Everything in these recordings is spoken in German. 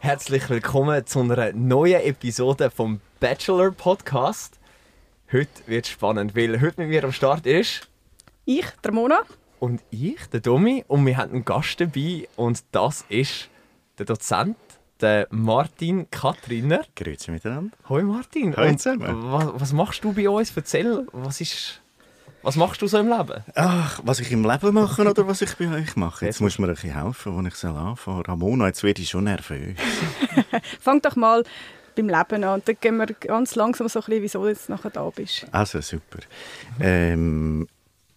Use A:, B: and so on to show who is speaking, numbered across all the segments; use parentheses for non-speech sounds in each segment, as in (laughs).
A: Herzlich willkommen zu einer neuen Episode vom Bachelor Podcast. Heute wird es spannend, weil heute mit mir am Start ist
B: Ich, der Mona.
A: und ich, der Domi, und wir haben einen Gast dabei und das ist der Dozent, der Martin Katriner.
C: Grüezi miteinander.
A: Hoi Martin.
C: Hoi
A: und
C: zusammen.
A: wa- was machst du bei uns? Erzähl, was ist... Was machst du so im Leben?
C: Ach, was ich im Leben mache oder was ich bei euch mache?
A: Jetzt
C: Jetzt muss mir ein bisschen helfen, wo ich soll anfangen Ramona, jetzt werde ich schon nervös.
B: Fang doch mal beim Leben an. Und dann gehen wir ganz langsam so ein bisschen, wieso du jetzt nachher da bist.
C: Also super. Ähm,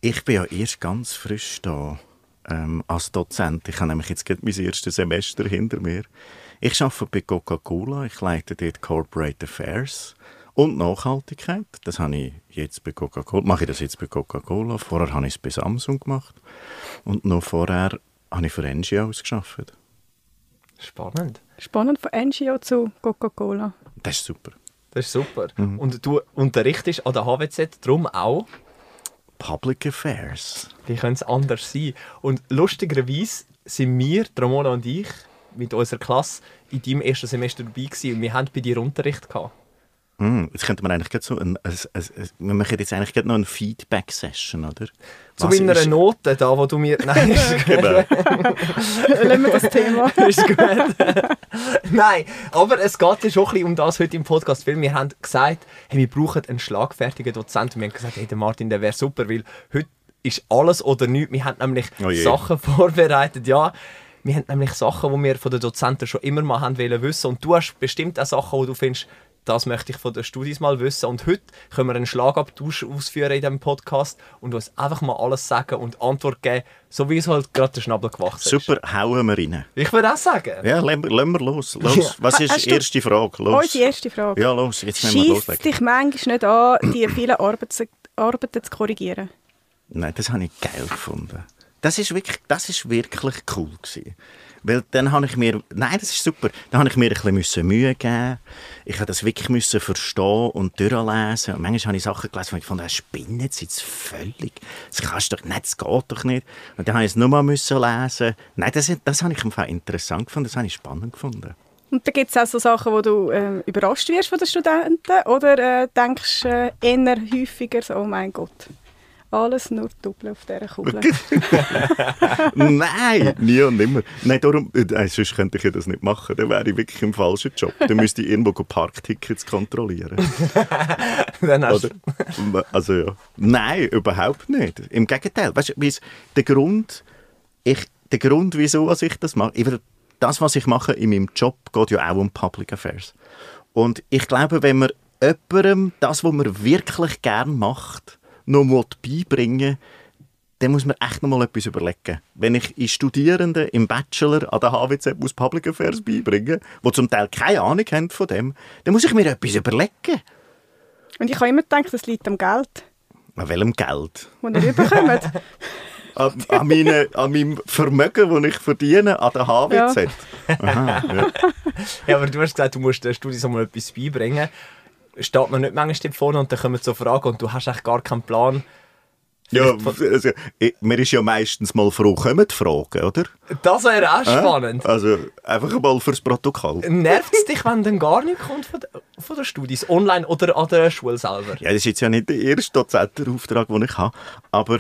C: ich bin ja erst ganz frisch da ähm, als Dozent. Ich habe nämlich jetzt gerade mein erstes Semester hinter mir. Ich arbeite bei Coca-Cola. Ich leite dort Corporate Affairs und Nachhaltigkeit. Das habe ich jetzt bei Coca-Cola. Mache ich das jetzt bei Coca-Cola. Vorher habe ich es bei Samsung gemacht. Und noch vorher habe ich für NGOs gearbeitet.
A: Spannend.
B: Spannend von NGO zu Coca-Cola.
C: Das ist super.
A: Das ist super.
C: Mhm.
A: Und du unterrichtest an der HWZ drum auch
C: Public Affairs.
A: Wie könnte es anders sein? Und lustigerweise sind wir, die Ramona und ich, mit unserer Klasse in deinem ersten Semester dabei gewesen und wir haben bei dir Unterricht gehabt.
C: Hm, jetzt könnte man eigentlich gerade so ein, ein, ein, ein, wir machen jetzt eigentlich gerade noch eine Feedback-Session, oder?
A: So
C: Was
A: wie in einer
C: ist-
A: Note da, wo du mir... (laughs) Nein,
C: (laughs)
A: ist gut.
C: Genau.
B: Lassen wir das
C: (laughs)
B: Thema.
A: (laughs) ist gut. Nein, aber es geht ja schon ein bisschen um das heute im Podcast, weil wir haben gesagt, hey, wir brauchen einen schlagfertigen Dozenten. Wir haben gesagt, hey, der Martin, der wäre super, weil heute ist alles oder nichts. Wir haben nämlich
C: Oh je.
A: Sachen (laughs) vorbereitet, ja. Wir haben nämlich Sachen, die wir von den Dozenten schon immer mal haben wollen wissen. Und du hast bestimmt auch Sachen, die du findest, das möchte ich von den Studis mal wissen. Und heute können wir einen Schlagabtausch ausführen in diesem Podcast und uns einfach mal alles sagen und Antwort geben, so wie es halt gerade der Schnabel gewachsen ist.
C: (laughs) Super, hauen wir rein.
A: Ich würde auch sagen.
C: Ja, lassen wir, lassen wir los. los. Was
B: Ha-
C: ist
B: hast
C: die
B: du-
C: erste Frage? Los.
B: Unsere erste Frage.
C: Ja, los, jetzt müssen wir
B: Schießt
C: loslegen.
B: dich manchmal nicht an, die vielen Arbeits Arbeiten zu korrigieren?
C: Nein, das habe ich geil gefunden. Das ist wirklich, das ist wirklich cool gewesen. Weil dann habe ich mir, nein, das ist super, dann habe ich mir ein bisschen müssen Mühe geben. Ich habe das wirklich müssen verstehen und durchlesen. Und manchmal habe ich Sachen gelesen, wo ich fand, das spinnt jetzt völlig. Das kannst du doch nicht, das geht doch nicht. Und dann habe ich es nur mal müssen lesen. Nein, das, das habe ich im Fall interessant gefunden, das habe ich spannend (laughs) gefunden.
B: Und da gibt es auch so Sachen, wo du ähm, überrascht wirst von den Studenten oder äh, denkst äh, eher häufiger so, oh mein Gott, alles nur Double auf dieser
C: (laughs)
B: Kugel.
C: Nein, nie und nimmer. Nein, darum, äh, nein, sonst könnte ich ja das nicht machen. Dann wäre ich wirklich im falschen Job. Dann müsste ich irgendwo go Parktickets kontrollieren.
A: (laughs) Dann hast
C: Oder? (laughs) Also ja. Nein, überhaupt nicht. Im Gegenteil. Weißt du, wie's- der Grund, ich, der Grund, wieso was ich das mache, über das, was ich mache in meinem Job, geht ja auch um Public Affairs. Und ich glaube, wenn man jemandem das, was man wirklich gern macht, noch mal beibringen dann muss man echt noch mal etwas überlegen. Wenn ich in Studierenden im Bachelor an der HWZ muss Public Affairs beibringen muss, die zum Teil keine Ahnung haben von dem, dann muss ich mir etwas überlegen.
B: Und ich habe immer gedacht, das liegt am Geld,
C: An welchem Geld?
B: das ihr (laughs) bekommt.
C: An, an, meine, an meinem Vermögen, das ich verdiene, an der HWZ. Aha, ja.
A: Ja, aber du hast gesagt, du musst den Studis einmal etwas beibringen. Steht man nicht manchmal vorne und dann kommen so Fragen und du hast eigentlich gar keinen Plan.
C: ja also, ich, man ist ja meistens mal froh, kommen die Fragen, oder?
A: Das wäre auch
C: Hä?
A: spannend.
C: Also einfach mal fürs Protokoll.
A: Nervt es dich, wenn dann gar nichts kommt von, der- von den Studis? Online oder an der Schule selber?
C: Ja, das ist jetzt ja nicht der erste Dozentenauftrag, den ich habe. Aber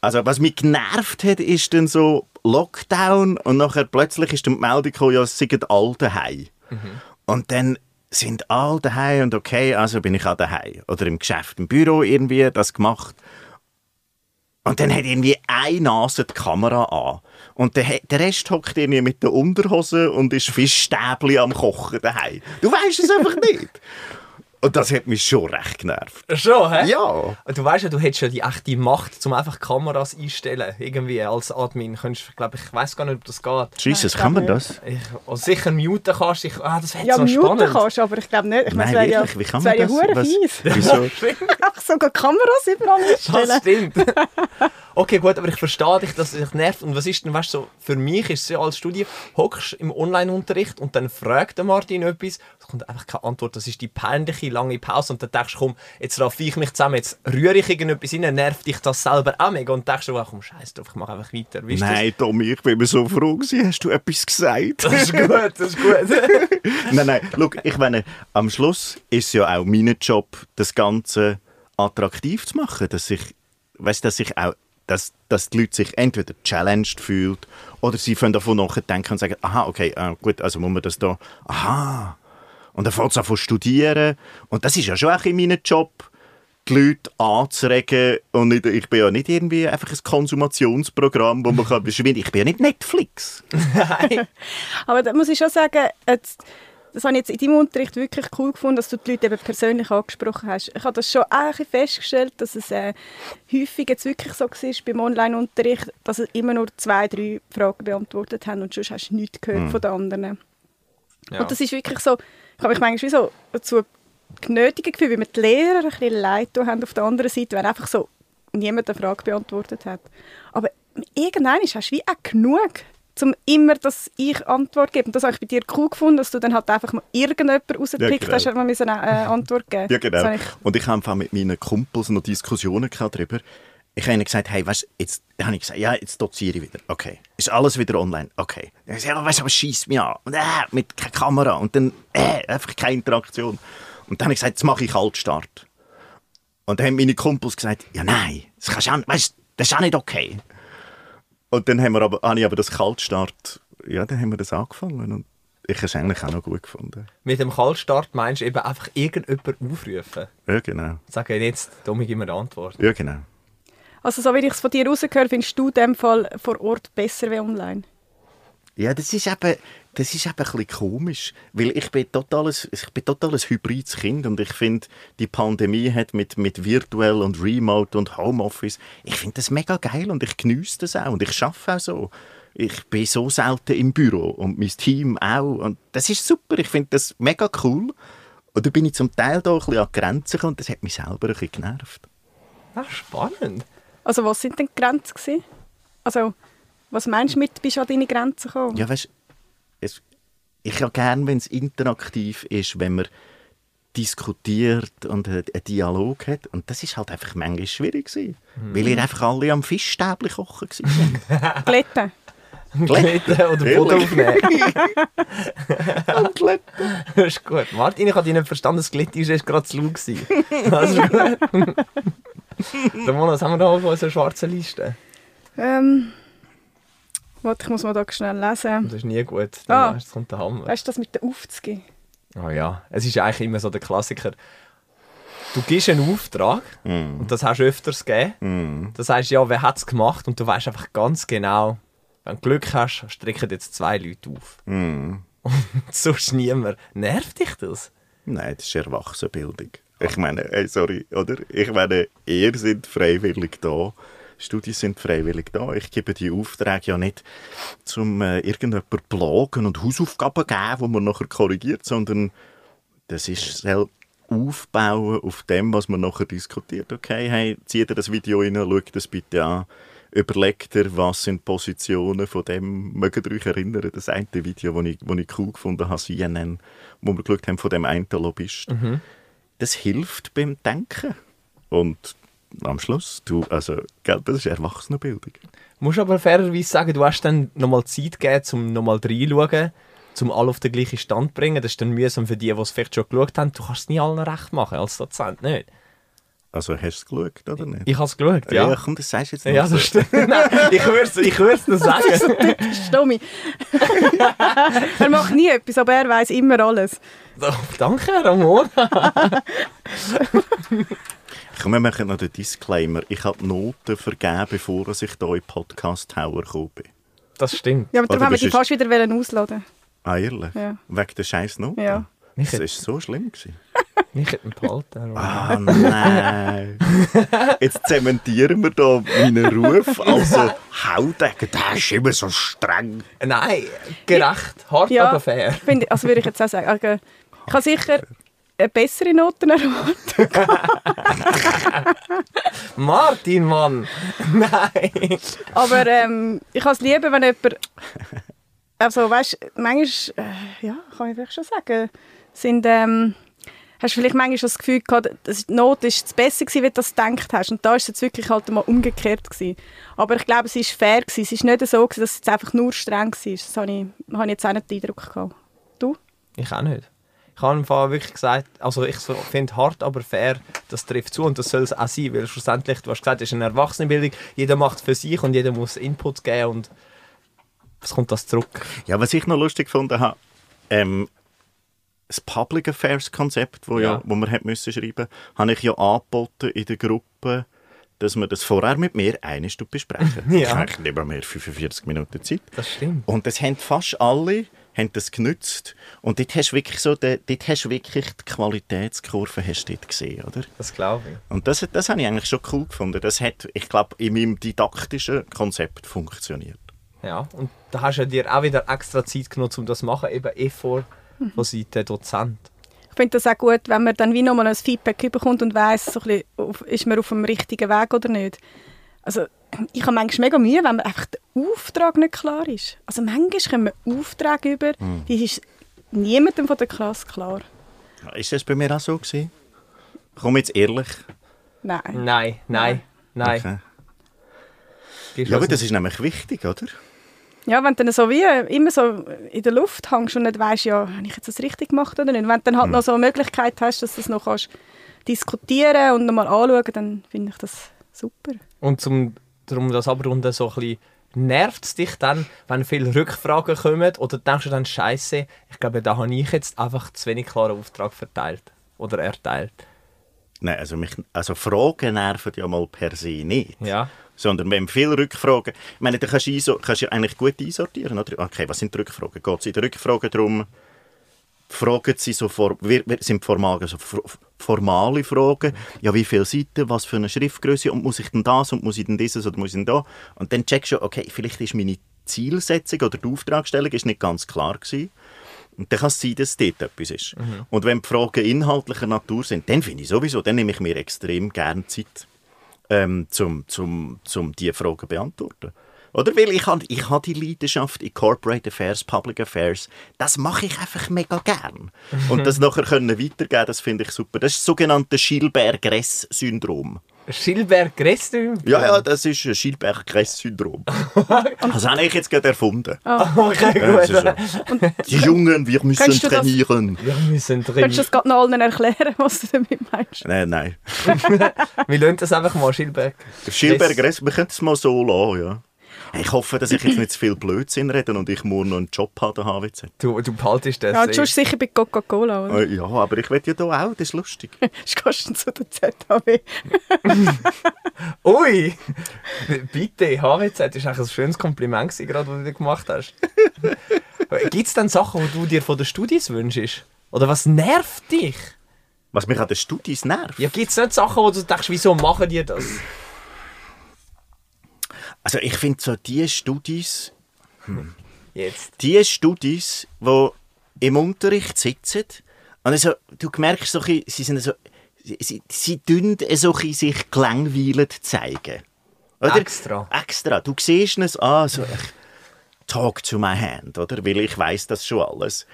C: also, was mich genervt hat, ist dann so Lockdown und nachher plötzlich ist dann die Meldung gekommen, ja, es sind alle daheim. Und dann sind alle daheim und okay, also bin ich auch daheim. Oder im Geschäft, im Büro irgendwie das gemacht. Und dann hat irgendwie eine Nase die Kamera an. Und der, der Rest hockt irgendwie mit der Unterhose und ist Fischstäbli am Kochen daheim. Du weißt es einfach nicht. Und das hat mich schon recht genervt.
A: Schon, hä?
C: Ja.
A: Du weißt ja, du hättest ja die echte Macht, um einfach Kameras einstellen. Irgendwie als Admin könntest, glaube ich, ich weiß gar nicht, ob das geht.
C: Jesus,
B: kann man
C: das?
A: Ich, oh, sicher muten kannst. Ich, ah, das wäre
B: Ja,
A: so
B: muten
A: spannend.
B: kannst du, aber ich glaube nicht. Ich meine, es
C: Nein,
B: wäre ja,
C: wirklich, wie kann
B: es
C: man
B: wäre ja
C: das?
B: hure
C: Was-
B: fies. (laughs)
C: Wieso?
B: Ach, sogar Kameras überall
A: Das
B: hinstellen.
A: stimmt. (laughs) Okay, gut, aber ich verstehe dich, dass es dich nervt. Und was ist denn, weißt du, so, für mich ist es ja als Studie, hockst im Online-Unterricht und dann fragt der Martin etwas, es kommt einfach keine Antwort, das ist die peinliche lange Pause und dann denkst du, komm, jetzt raff ich mich zusammen, jetzt rühre ich irgendetwas rein, nervt dich das selber auch mega und denkst du, ach komm, scheiß drauf, ich mache einfach weiter. Weißt du,
C: Nein, Tommy, ich bin mir so froh gewesen. Hast du etwas
A: (laughs)
C: gesagt?
A: Das, das ist gut, das ist
C: (laughs)
A: gut.
C: nein, nein, look, ich meine, am Schluss ist es ja auch mein Job, das Ganze attraktiv zu machen, dass ich, weißt, dass ich auch, dass, dass die Leute sich entweder challenged fühlt oder sie fangen davon nachdenken und sagen, aha, okay, äh, gut, also muss man das da, aha, und dann fängt es an zu studieren und das ist ja schon auch in meinem Job, die Leute anzuregen und nicht, ich bin ja nicht irgendwie einfach ein Konsumationsprogramm, wo man kann (laughs) beschwinden, ich bin ja nicht Netflix.
B: Aber da muss ich schon sagen, jetzt, das habe ich jetzt in deinem Unterricht wirklich cool gefunden, dass du die Leute eben persönlich angesprochen hast. Ich habe das schon auch ein bisschen festgestellt, dass es äh, häufig jetzt wirklich so war beim Online-Unterricht, dass es immer nur zwei, drei Fragen beantwortet haben und sonst hast du nichts gehört
C: Hm.
B: von den anderen.
A: Ja.
B: Und das ist wirklich so, ich habe mich manchmal wie so dazu genötigt gefühlt, weil mir die Lehrer ein bisschen leid getan haben auf der anderen Seite, weil einfach so niemand eine Frage beantwortet hat. Aber irgendwann hast du wie auch genug, um immer, dass ich Antwort gebe. Und das habe ich bei dir cool gefunden, dass du dann halt einfach mal irgendjemanden rausgepickt
C: genau.
B: hast, hat man müssen eine äh, Antwort geben.
C: (laughs) Ja,
B: Das
C: genau.
B: habe ich
C: Und ich habe einfach mit meinen Kumpels noch Diskussionen gehabt darüber. Ich habe ihnen gesagt, hey, weißt, jetzt dann habe ich gesagt, ja, jetzt doziere ich wieder. Okay. Ist alles wieder online? Okay. Dann habe ich gesagt, ja, weißt, aber schieß mich an. Und, äh, mit keiner Kamera. Und dann äh, einfach keine Interaktion. Und dann habe ich gesagt, jetzt mache ich Altstart. Und dann haben meine Kumpels gesagt, ja, nein, das, kannst du auch, nicht- weißt, das ist auch nicht okay. Und dann haben wir aber, habe ich aber das Kaltstart, ja, dann haben wir das angefangen. Und ich habe es eigentlich auch noch gut gefunden.
A: Mit dem Kaltstart meinst du eben einfach irgendjemanden aufrufen.
C: Ja, genau.
A: Sagen jetzt, Tommy, gib mir eine Antwort.
C: Ja, genau.
B: Also so wie ich es von dir rausgehört, findest du in dem Fall vor Ort besser wie online?
C: Ja, das ist eben, das ist eben ein bisschen komisch, weil ich bin totales, ich bin totales hybrides Kind und ich finde, die Pandemie hat mit, mit virtuell und Remote und Homeoffice, ich finde das mega geil und ich geniesse das auch und ich schaffe auch so. Ich bin so selten im Büro und mein Team auch und das ist super, ich finde das mega cool. Und da bin ich zum Teil da ein bisschen an die Grenzen gekommen und das hat mich selber ein bisschen genervt.
A: Ah, spannend.
B: Also was sind denn die Grenzen gewesen? Also was meinst du mit, bist du an deine Grenzen gekommen?
C: Ja, weißt es, ich ja gern, wenn es interaktiv ist, wenn man diskutiert und einen einen Dialog hat. Und das ist halt einfach manchmal schwierig gewesen, weil ihr einfach alle am Fischstäbli kochen waren.
B: Glätten?
A: Glätten oder Boden
C: Ehrlich?
A: aufnehmen.
C: am Glätten.
A: (laughs) Das ist gut. Martin, ich habe dich nicht verstanden, das Glitter ist erst gerade zu laut. gewesen. Das ist gut. (laughs) Ramon, was haben wir da auf unserer schwarzen Liste?
B: Ähm, warte, ich muss mal da schnell lesen.
A: Das ist nie gut. Dann
B: Ah.
A: erst kommt der Hammer.
B: Weißt du das mit den Aufzügen?
A: Oh ja, es ist eigentlich immer so der Klassiker. Du gibst einen Auftrag und das hast du öfters gegeben. Das heißt ja, wer hat es gemacht und du weißt einfach ganz genau, wenn du Glück hast, stricken jetzt zwei Leute auf.
C: Mm. Mhm.
A: Und sonst niemand. Nervt dich das?
C: Nein, das ist Erwachsenenbildung. Ich meine, ey, sorry, oder? Ich meine, ihr seid freiwillig da. Studien sind freiwillig da. Ich gebe die Aufträge ja nicht, um äh, irgendjemanden plagen und Hausaufgaben geben, die man nachher korrigiert, sondern das ist selber aufbauen auf dem, was man nachher diskutiert. Okay, hey, zieht ihr das Video rein, schaut das bitte an. Überlegt ihr, was sind die Positionen von dem, mögt ihr euch erinnern, das eine Video, das ich, wo ich cool gefunden habe, CNN, wo wir geschaut haben, von dem einen Lobbyist.
A: Mhm.
C: Das hilft beim Denken. Und am Schluss, du, also, gell, das ist Erwachsenenbildung.
A: musst aber fairerweise sagen, du hast dann nochmal Zeit gegeben, um nochmal reinzuschauen, um alle auf den gleichen Stand zu bringen. Das ist dann mühsam für die, die es vielleicht schon geschaut haben. Du kannst es nie allen recht machen, als Dozent nicht.
C: Also, hast du es geschaut, oder nicht?
A: Ich habe es geschaut, ja.
C: komm, das sagst du jetzt
A: Ja,
C: nicht. so.
A: das stimmt. (laughs) Nein, ich würde es ich würd's (laughs) nur sagen.
B: Stomi.
A: (laughs)
B: er macht nie etwas, aber er weiß immer alles.
A: Oh, danke, Ramon.
C: Komm, wir machen noch den Disclaimer. Ich habe die Noten vergeben, bevor ich hier in den Podcast Tower gekommen bin.
A: Das stimmt.
B: Ja, aber darum
C: Oder
B: haben wir
C: bist
B: die
C: du-
B: fast wieder wollen ausladen.
C: Ah, ehrlich?
B: Ja.
C: Wegen der scheiß Noten?
B: Ja.
C: Das war so schlimm. Gewesen.
A: Mich hat ihn behalten, Ramon.
C: Ah, nein. Jetzt zementieren wir da meinen Ruf. Also, Haudegen, der ist immer so streng.
A: Nein, gerecht, hart,
B: Ja.
A: aber fair.
B: Finde ich- also würde ich jetzt auch sagen. Also, Ich habe sicher eine bessere Noten erwartet.
A: Martin, Mann! (laughs) Nein!
B: Aber ähm, ich kann es lieben, wenn jemand. Also, weißt du, manchmal. Äh, ja, kann ich vielleicht schon sagen. Sind, ähm, hast du vielleicht manchmal schon das Gefühl gehabt, dass die Not ist das Beste gewesen, wie du das gedacht hast. Und da war es jetzt wirklich halt mal umgekehrt. Gewesen. Aber ich glaube, es war fair. Gewesen. Es war nicht so, gewesen, dass es jetzt einfach nur streng war. Das habe ich, habe ich jetzt auch nicht den Eindruck gehabt. Du?
A: Ich auch nicht. Ich habe im Fall wirklich gesagt, also ich so- finde hart, aber fair, das trifft zu und das soll es auch sein, weil schlussendlich, du hast gesagt, es ist eine Erwachsenenbildung, jeder macht für sich und jeder muss Input geben und es kommt das zurück.
C: Ja, was ich noch lustig gefunden habe, ähm, das Public Affairs Konzept, wo, ja.
A: Ja.
C: wo man hat müssen schreiben, habe ich ja angeboten in der Gruppe, dass wir das vorher mit mir eines besprechen.
A: Ja.
C: Ich habe eigentlich lieber mehr 45 Minuten Zeit.
A: Das stimmt.
C: Und das haben fast alle haben das genützt. Und dort hast du wirklich so, den, dort hast du wirklich die Qualitätskurve hast du dort gesehen, oder?
A: Das glaube ich.
C: Und das, das habe ich eigentlich schon cool gefunden. Das hat, ich glaube, in meinem didaktischen Konzept funktioniert.
A: Ja, und da hast du ja dir auch wieder extra Zeit genommen, um das zu machen, eben Effort von Seiten Dozent.
B: Ich finde das auch gut, wenn man dann wie nochmal ein Feedback bekommt und weiss, so ein bisschen, auf- ist man auf dem richtigen Weg oder nicht. Also, (clears throat) ich habe manchmal mega Mühe, wenn mir einfach der Auftrag nicht klar ist. Also manchmal kommen Aufträge über, die ist niemandem von der Klasse klar.
C: Ist das bei mir auch so gewesen? Komm jetzt ehrlich.
B: Nein.
A: Nein, nein, nein.
C: Okay.
A: Gibst
C: Ja, aber
A: du
C: das ist nämlich wichtig, oder?
B: Ja, wenn du dann so wie immer so in der Luft hängst und nicht weißt, ja, habe ich jetzt das richtig gemacht oder nicht. Wenn du dann halt noch so eine Möglichkeit hast, dass du das noch kannst diskutieren und nochmal anschauen, dann finde ich das super.
A: Und zum, darum das abrunden so ein bisschen, nervt es dich dann, wenn viele Rückfragen kommen oder denkst du dann, Scheiße, ich glaube, da habe ich jetzt einfach zu wenig klaren Auftrag verteilt oder erteilt.
C: Nein, also, mich, also Fragen nerven ja mal per se nicht.
A: Ja.
C: Sondern wenn viele Rückfragen... Ich meine, dann kannst du, ISO, kannst du ja eigentlich gut einsortieren, oder? Okay, was sind die Rückfragen? Geht es in den Rückfragen darum, fragen sie so... For, wir, wir sind formal, also fr- formale Fragen. Ja, wie viele Seiten, was für eine Schriftgröße und muss ich denn das und muss ich denn dieses oder muss ich denn da? Und dann checkst du, okay, vielleicht ist meine Zielsetzung oder die Auftragstellung ist nicht ganz klar gewesen. Und dann kann es sein, dass dort etwas ist. Und wenn die Fragen inhaltlicher Natur sind, dann finde ich sowieso, dann nehme ich mir extrem gerne Zeit, ähm, zum, zum, zum diese Fragen beantworten. Oder? Weil ich habe ich hab die Leidenschaft in Corporate Affairs, Public Affairs, das mache ich einfach mega gern. Und das nachher können weitergeben, das finde ich super. Das ist das sogenannte Schilberg-Gress-Syndrom.
A: Schilberg Gressdüm?
C: Ja, ja, das ist ein Schilberg-Gress-Syndrom. Das habe ich jetzt gerade erfunden.
A: (laughs) Okay,
C: Ja, das ist
A: Ah, gut.
C: so. Die Jungen, wir müssen
B: Kennst du das?
C: trainieren.
A: Wir müssen drin.
B: Könntest du das gerade noch allen erklären, (laughs) was du damit meinst?
C: Nein, nein.
A: Wir lassen das einfach mal, Schilberg.
C: Schilberger, wir könnten es mal so lassen, ja. Hey, Ich hoffe, dass ich jetzt nicht zu viel Blödsinn rede und ich morgen noch einen Job habe, der HWZ.
A: Du, du behaltest das.
B: Ja,
A: eh.
B: und sonst sicher bei Coca-Cola, oder?
C: Äh, ja, aber ich will ja hier auch, das ist lustig.
B: (laughs) Sonst gehst du zu der ZHW.
A: Ui! (laughs) Bitte, HWZ, das war eigentlich ein schönes Kompliment, gewesen, gerade, was du gemacht hast. (laughs) Gibt es denn Sachen, die du dir von den Studis wünschst? Oder was nervt dich?
C: Was mich an den Studis nervt.
A: Ja, gibt es nicht Sachen, wo du denkst, wieso machen die das?
C: Also ich finde so die Studis,
A: Jetzt.
C: die Studis, die im Unterricht sitzen und also, du merkst, so, ein bisschen, sie sind so, sie, sie, sie tun so ein bisschen sich gelangweilt zeigen. Oder?
A: Extra.
C: Extra. Du siehst es an, so, ich, talk to my hand, oder? Weil ich weiß das schon alles.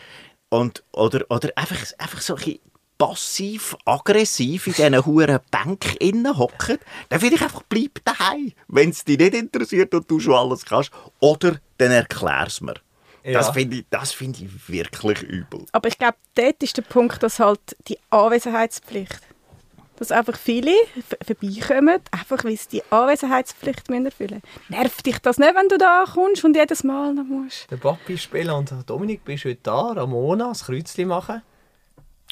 C: Und, oder, oder einfach, einfach so ein bisschen passiv, aggressiv in diesen huren Bank innen hocken, dann finde ich einfach, bleib daheim, wenn es dich nicht interessiert und du schon alles kannst. Oder dann erklär's mir.
A: Ja.
C: Das finde ich, das finde ich wirklich übel.
B: Aber ich glaube, dort ist der Punkt, dass halt die Anwesenheitspflicht, dass einfach viele v- vorbeikommen, einfach weil sie die Anwesenheitspflicht müssen erfüllen Nervt dich das nicht, wenn du da kommst und jedes Mal noch musst?
A: Der Papi spielen und Dominik, bist du heute da? Ramona, das Kreuzli machen?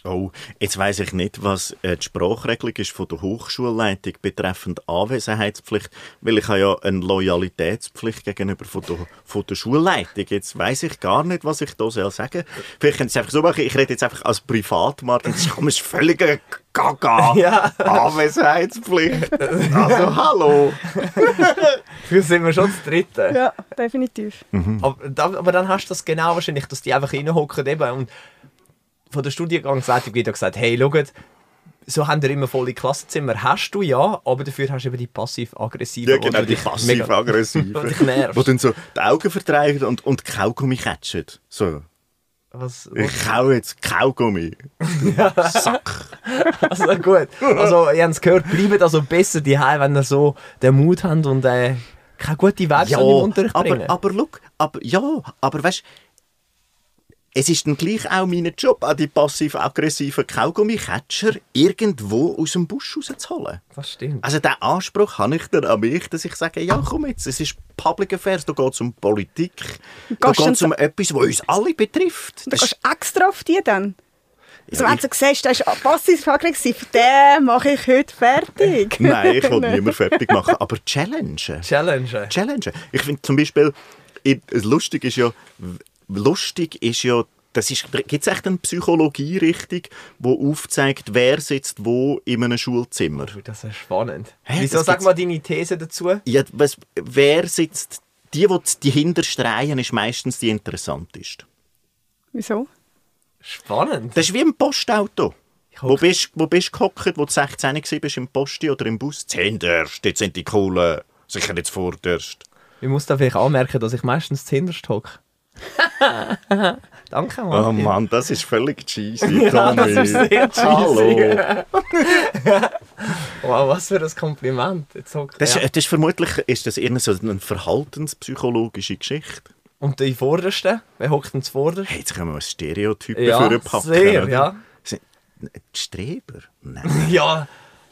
C: Oh, jetzt weiß ich nicht, was äh, die Sprachregelung ist von der Hochschulleitung betreffend Anwesenheitspflicht, weil ich habe ja eine Loyalitätspflicht gegenüber von der, von der Schulleitung. Jetzt weiß ich gar nicht, was ich da soll sagen. Vielleicht können Sie es einfach so machen. Ich rede jetzt einfach als Privatmarkt. Das ist- komm, ist völliger Gaga.
A: (laughs) Ja.
C: Anwesenheitspflicht. Also hallo.
A: Dafür sind wir schon das Dritte.
B: Ja, definitiv.
A: Aber, Mhm. da- aber dann hast du das genau wahrscheinlich, dass die einfach reinhocken eben. Und von der Studiengangsleitung wird ja gesagt, hey, schaut, so haben wir immer volle Klassenzimmer. Hast du ja, aber dafür hast du eben die passiv-aggressive.
C: Ja, genau,
A: oder
C: die
A: dich mega- (laughs) Oder dich
C: passiv-aggressiven.
A: nervst.
C: Wo dann so die Augen vertreiben und, und Kaugummi catchen. So, (laughs)
A: Was,
C: ich kau
B: (laughs)
C: jetzt Kaugummi. Du Sack.
A: also gut. Also, ihr habt es gehört, bleibt also besser die wenn ihr so den Mut habt und äh, keine gute Webs
C: Ja,
A: im Unterricht
C: aber,
A: bringen.
C: aber look, aber, ja, aber weißt es ist dann gleich auch mein Job, auch die passiv-aggressiven Kaugummi-Catcher irgendwo aus dem Busch rauszuholen.
A: das stimmt.
C: Also den Anspruch habe ich dann an mich, dass ich sage, ja komm jetzt, es ist Public Affairs, da geht es um Politik, da
B: Gehst
C: geht es
B: dann-
C: um etwas, was uns alle betrifft.
B: Du
C: Das
B: gehst
C: ist,
B: extra auf die dann. Also, wenn
C: ich-
B: du siehst, der ist passiv-aggressiv, den mache ich heute fertig. (laughs)
C: nein, ich will niemand fertig machen, aber challengen.
A: Challenge.
C: Challengen. Ich finde zum Beispiel, ich- lustig ist ja, lustig ist ja, das ist, gibt es echt eine Psychologie-Richtung, die aufzeigt, wer sitzt wo in einem Schulzimmer?
A: Das ist spannend.
C: Hä,
A: Wieso
C: das
A: sag
C: gibt's-
A: mal deine These dazu?
C: Ja, was, wer sitzt, die, die die hinterste Reihe ist meistens die interessanteste.
B: Wieso?
A: Spannend.
C: Das ist wie im Postauto.
A: hock-
C: Wo bist, wo bist du gehockt, wo du 16 warst, bist im Posti oder im Bus? Zehnterst, jetzt sind die Coolen. Sicher nicht vorderst.
A: Ich muss da vielleicht anmerken, dass ich meistens zuhinterst hocke. Danke,
C: Oh
A: Martin.
C: Mann, das ist völlig
A: (laughs)
C: cheesy, Tommy.
A: Ah, das ist sehr cheesy.
C: Hallo.
A: Wow, was für ein Kompliment. Jetzt hockt
C: Das,
A: er.
C: ist- äh, das ist vermutlich ist das eher so eine verhaltenspsychologische Geschichte.
A: Und die Vordersten? Wer hockt denn zuvorderst?
C: (laughs) Hey, jetzt können wir Stereotypen
A: Ja,
C: für packen.
A: sehr,
C: oder?
A: ja.
C: Sind- Die Streber?
A: (laughs)
C: Nein.
A: Ja,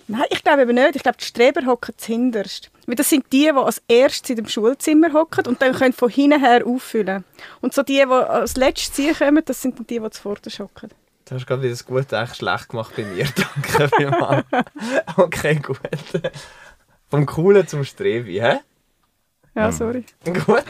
B: Nein, ich glaube eben nicht. Ich glaube, die Streber hocken zuhinterst. Weil das sind die, die als erstes in dem Schulzimmer hocken und dann können von hinten her auffüllen. Und so die, die als letztes hier kommen, das sind dann die, die zuvorderst hocken.
A: du hast gerade wieder das Gute eigentlich schlecht gemacht bei mir. (laughs) Danke vielmals. Okay, gut. Vom Coolen zum Strebi, hä?
B: Ja, sorry.
A: Gut.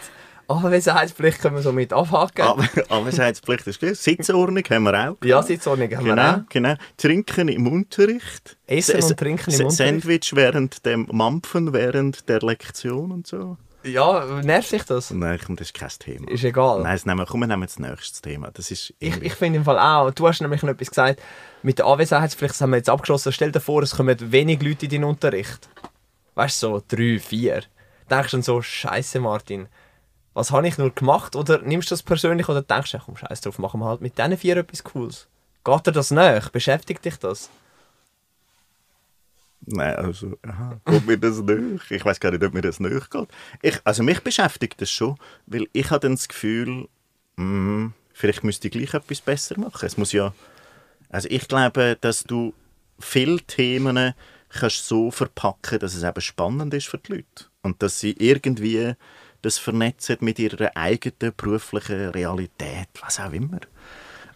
A: Aber wenn es heißt, vielleicht können wir so mit abhaken.
C: Aber, aber es hat Pflicht ist klar. Sitzordnung haben wir auch.
A: Ja, Sitzordnung haben wir
C: Genau,
A: auch.
C: genau. Trinken im Unterricht.
A: Essen
C: S-
A: und Trinken im
C: S-
A: Unterricht.
C: Sandwich während dem Mampfen, während der Lektion und so.
A: Ja, nervt sich das?
C: Nein, komm, das ist kein Thema.
A: Ist egal.
C: Nein, das nehmen wir, komm, wir nehmen das nächste Thema. Das ist
A: Ich,
C: irgendwie-
A: ich finde im Fall auch, du hast nämlich noch etwas gesagt, mit der Anwesenheitspflicht, das haben wir jetzt abgeschlossen, stell dir vor, es kommen wenig Leute in deinen Unterricht. Weißt du, so drei, vier. Denkst du dann so, Scheiße, Martin, was habe ich nur gemacht? Oder nimmst du das persönlich oder denkst du, ja, komm, Scheiß drauf, machen wir halt mit diesen vier etwas Cooles? Geht dir das nach? Beschäftigt dich das?
C: Nein, also, aha, kommt mir das nicht. Ich weiß gar nicht, ob mir das nicht geht. Ich, also mich beschäftigt das schon, weil ich habe dann das Gefühl, mm, vielleicht müsste ich gleich etwas besser machen. Es muss ja, also ich glaube, dass du viele Themen kannst so verpacken, dass es eben spannend ist für die Leute und dass sie irgendwie das vernetzen mit ihrer eigenen beruflichen Realität, was auch immer.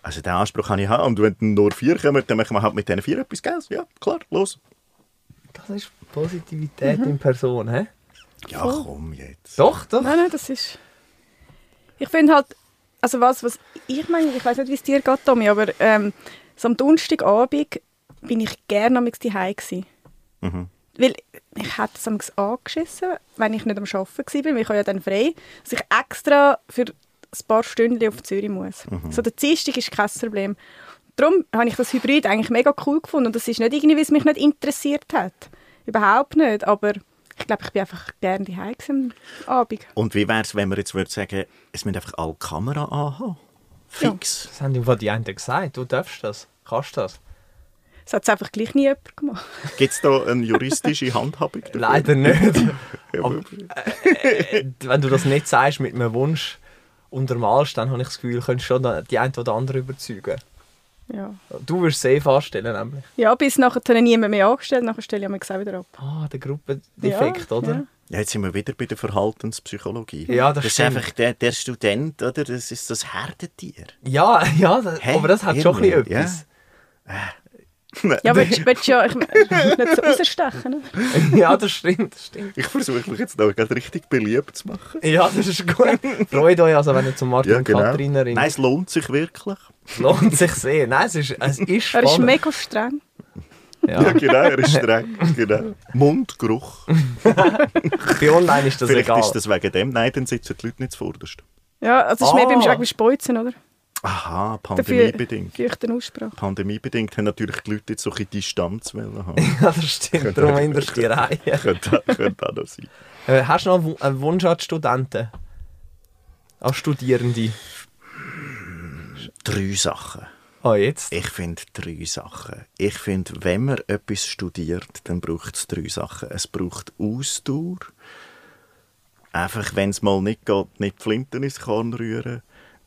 C: Also den Anspruch kann ich haben und wenn nur vier kommen, dann machen wir halt mit diesen vier etwas, gell? Ja, klar, los.
A: Das ist Positivität in Person, hä?
C: Ja, komm jetzt.
A: Doch, doch.
B: Nein, nein, das ist... Ich finde halt, also was, was ich meine, ich weiß nicht, wie es dir geht, Tommy, aber ähm, so am Donnerstagabend bin ich gerne am zu Hause gewesen. Weil ich hätte es am angeschissen, wenn ich nicht am Arbeiten war, weil ich habe ja dann frei, dass ich extra für ein paar Stunden auf Zürich muss. So der Dienstag ist kein Problem. Darum habe ich das Hybrid eigentlich mega cool gefunden und das ist nicht irgendwie, weil es mich nicht interessiert hat. Überhaupt nicht, aber ich glaube, ich bin einfach gerne zu Hause gewesen am Abend.
C: Und wie wäre es, wenn wir jetzt würd sagen, es müssen einfach alle Kamera anhaben? Fix.
A: Das haben im Fall die einen gesagt, du darfst das, kannst das.
B: Das hat es einfach gleich nie jemand gemacht.
C: gibt's Gibt es da eine juristische Handhabung? dafür?
A: Leider nicht.
C: Ja,
A: aber- wenn du das nicht sagst mit einem Wunsch untermalst, dann habe ich das Gefühl, könntest du schon die eine oder andere überzeugen.
B: Ja.
A: Du wirst safe anstellen, nämlich.
B: ja, bis nachher hat niemand mehr angestellt, nachher stelle ich mich selber wieder ab.
A: Ah, der Gruppendefekt,
B: Ja,
A: oder?
C: ja, jetzt sind wir wieder bei der Verhaltenspsychologie.
A: Ja, das
C: das ist
A: stimmt.
C: einfach der, der Student, oder? Das ist das Herdentier.
A: Ja, ja, das,
C: Hä?
A: aber das hat schon ein bisschen
C: Irgendwie,
A: etwas.
B: Ja, willst, willst du ja ich, nicht so rausstechen? Ne?
A: (laughs) Ja. das stimmt, das stimmt.
C: Ich versuche mich jetzt da gerade richtig beliebt zu machen. genau.
A: Ja, das ist gut. Freut euch also, wenn ihr zum Martin und Katrin
C: Nein,
A: erinnert.
C: es lohnt sich wirklich.
A: (laughs) Lohnt sich sehr. Nein, es ist, es ist
B: Er
A: spannend.
B: ist mega streng.
C: Ja,
A: ja.
C: genau,
A: (laughs)
C: er ist streng. Genau. Mundgeruch.
A: Bei online ist das
C: Vielleicht
A: egal.
C: ist das wegen dem. Nein, dann sitzen die Leute nicht zuvorderst.
B: Ja, also es ist mehr
A: Ah.
B: beim Schreck wie Speuzen, oder?
C: Aha,
B: Dafür
C: pandemiebedingt.
B: fürchte eine Aussprache.
C: Pandemiebedingt haben natürlich die Leute jetzt so ein bisschen Distanz
A: (laughs)
C: wollen haben.
A: (laughs) Ja, das stimmt. Darum hinterst du die
C: (laughs)
A: Reihe.
C: könnte, auch- könnte auch noch sein.
A: Äh, Hast du noch einen Wu- einen Wunsch an die Studenten? An Studierende?
C: Drei Sachen.
A: Oh, jetzt?
C: Ich finde drei Sachen. Ich finde, wenn man etwas studiert, dann braucht es drei Sachen. Es braucht Ausdauer. Einfach, wenn es mal nicht geht, nicht die Flinten ins Korn rühren.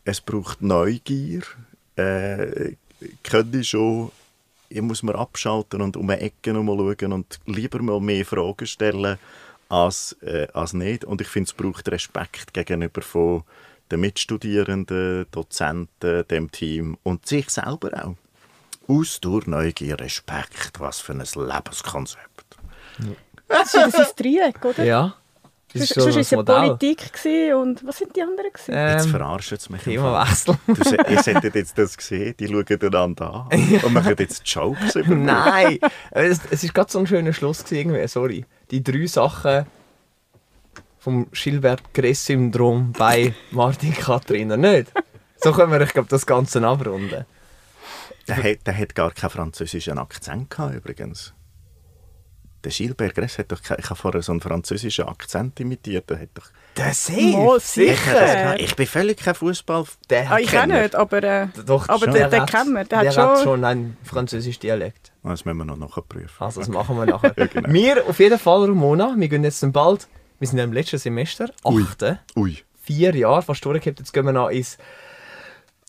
C: Es braucht Neugier. Äh, könnte schon, ich muss mir abschalten und um eine Ecke noch mal schauen und lieber mal mehr Fragen stellen als, äh, als nicht. Und ich finde, es braucht Respekt gegenüber von den Mitstudierenden, Dozenten, dem Team und sich selber auch. Ausdauer, Neugier, Respekt, was für ein Lebenskonzept.
B: Das ist das ist Dreieck, oder?
A: Ja. Das
B: Sonst
A: ist so
B: sonst war
A: ein
B: es ja
A: Modell.
B: Politik gewesen und was sind die anderen? Gewesen?
C: Jetzt
A: Ähm,
C: verarschen sie mich. im Fall.
A: Themawechsel.
C: Du, se- ihr hättet jetzt das gesehen, die schauen einander an und machen jetzt Jokes über
A: (laughs)
C: mich.
A: Nein! Es, es ist gerade so ein schöner Schluss gewesen, irgendwie, sorry. Die drei Sachen vom Schilbert-Gress-Syndrom
B: (laughs)
A: bei Martin Katriner, nicht? So können wir, ich glaube, das Ganze abrunden.
C: Der, hat- der hat gar keinen französischen Akzent gehabt, übrigens. Der Gilbert Gress hat doch keinen, ich habe vorher so einen französischen Akzent imitiert. Der hat doch,
A: Das
B: Mal,
C: ich,
B: sicher.
C: habe das gehabt. ich bin völlig kein Fußball.
A: Der
B: Ah, ich auch
C: Kenner.
B: nicht, aber... Äh,
A: Doch,
B: Aber
A: schon.
B: den- den kennen wir, der hat
A: hat
B: schon-
A: schon einen französischen Dialekt.
C: Das müssen wir noch nachprüfen.
A: Also, das machen wir
B: (laughs)
A: nachher.
B: genau.
A: Wir auf jeden Fall, Romona, wir gehen jetzt dann bald, wir sind ja im letzten Semester,
C: Ui.
A: achten,
C: Ui.
A: vier Jahre fast durchgehabt, jetzt gehen wir noch ins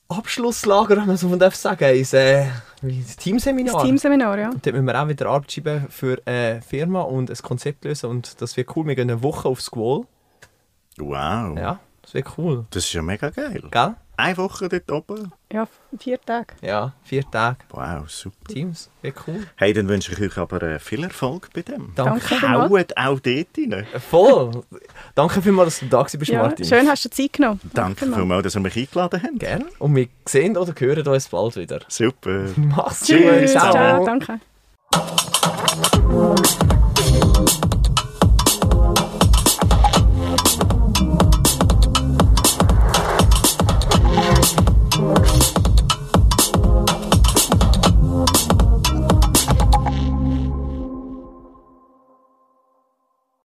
A: Abschlusslager, wenn man so darf sagen, ins, äh, ins Teamseminar.
B: Das Teamseminar, ja.
A: Und dort müssen wir auch wieder Arbeit schreiben für eine Firma und ein Konzept lösen und das wird cool. Wir gehen eine Woche auf Squall.
C: Wow.
A: Ja, das wird cool.
C: Das ist ja mega geil.
A: Gell?
C: Eine Woche dort oben.
B: Ja, vier Tage.
A: Ja, vier Tage
C: Wow, super.
A: Teams. Wird cool.
C: Hey, dann wünsche ich euch aber äh, viel Erfolg bei dem.
A: Danke.
B: Danke vielmals.
C: Haut auch dort rein.
A: (laughs) Voll. Danke vielmals, dass du da bist,
B: Ja,
A: Martin.
B: schön hast du dir Zeit genommen.
C: Danke
B: vielmals.
C: vielmals, dass ihr mich eingeladen habt.
A: Gerne. Und wir sehen oder hören uns bald wieder.
C: Super.
A: Mach's gut.
C: Tschüss.
B: Tschüss,
C: Ciao.
B: ciao, danke.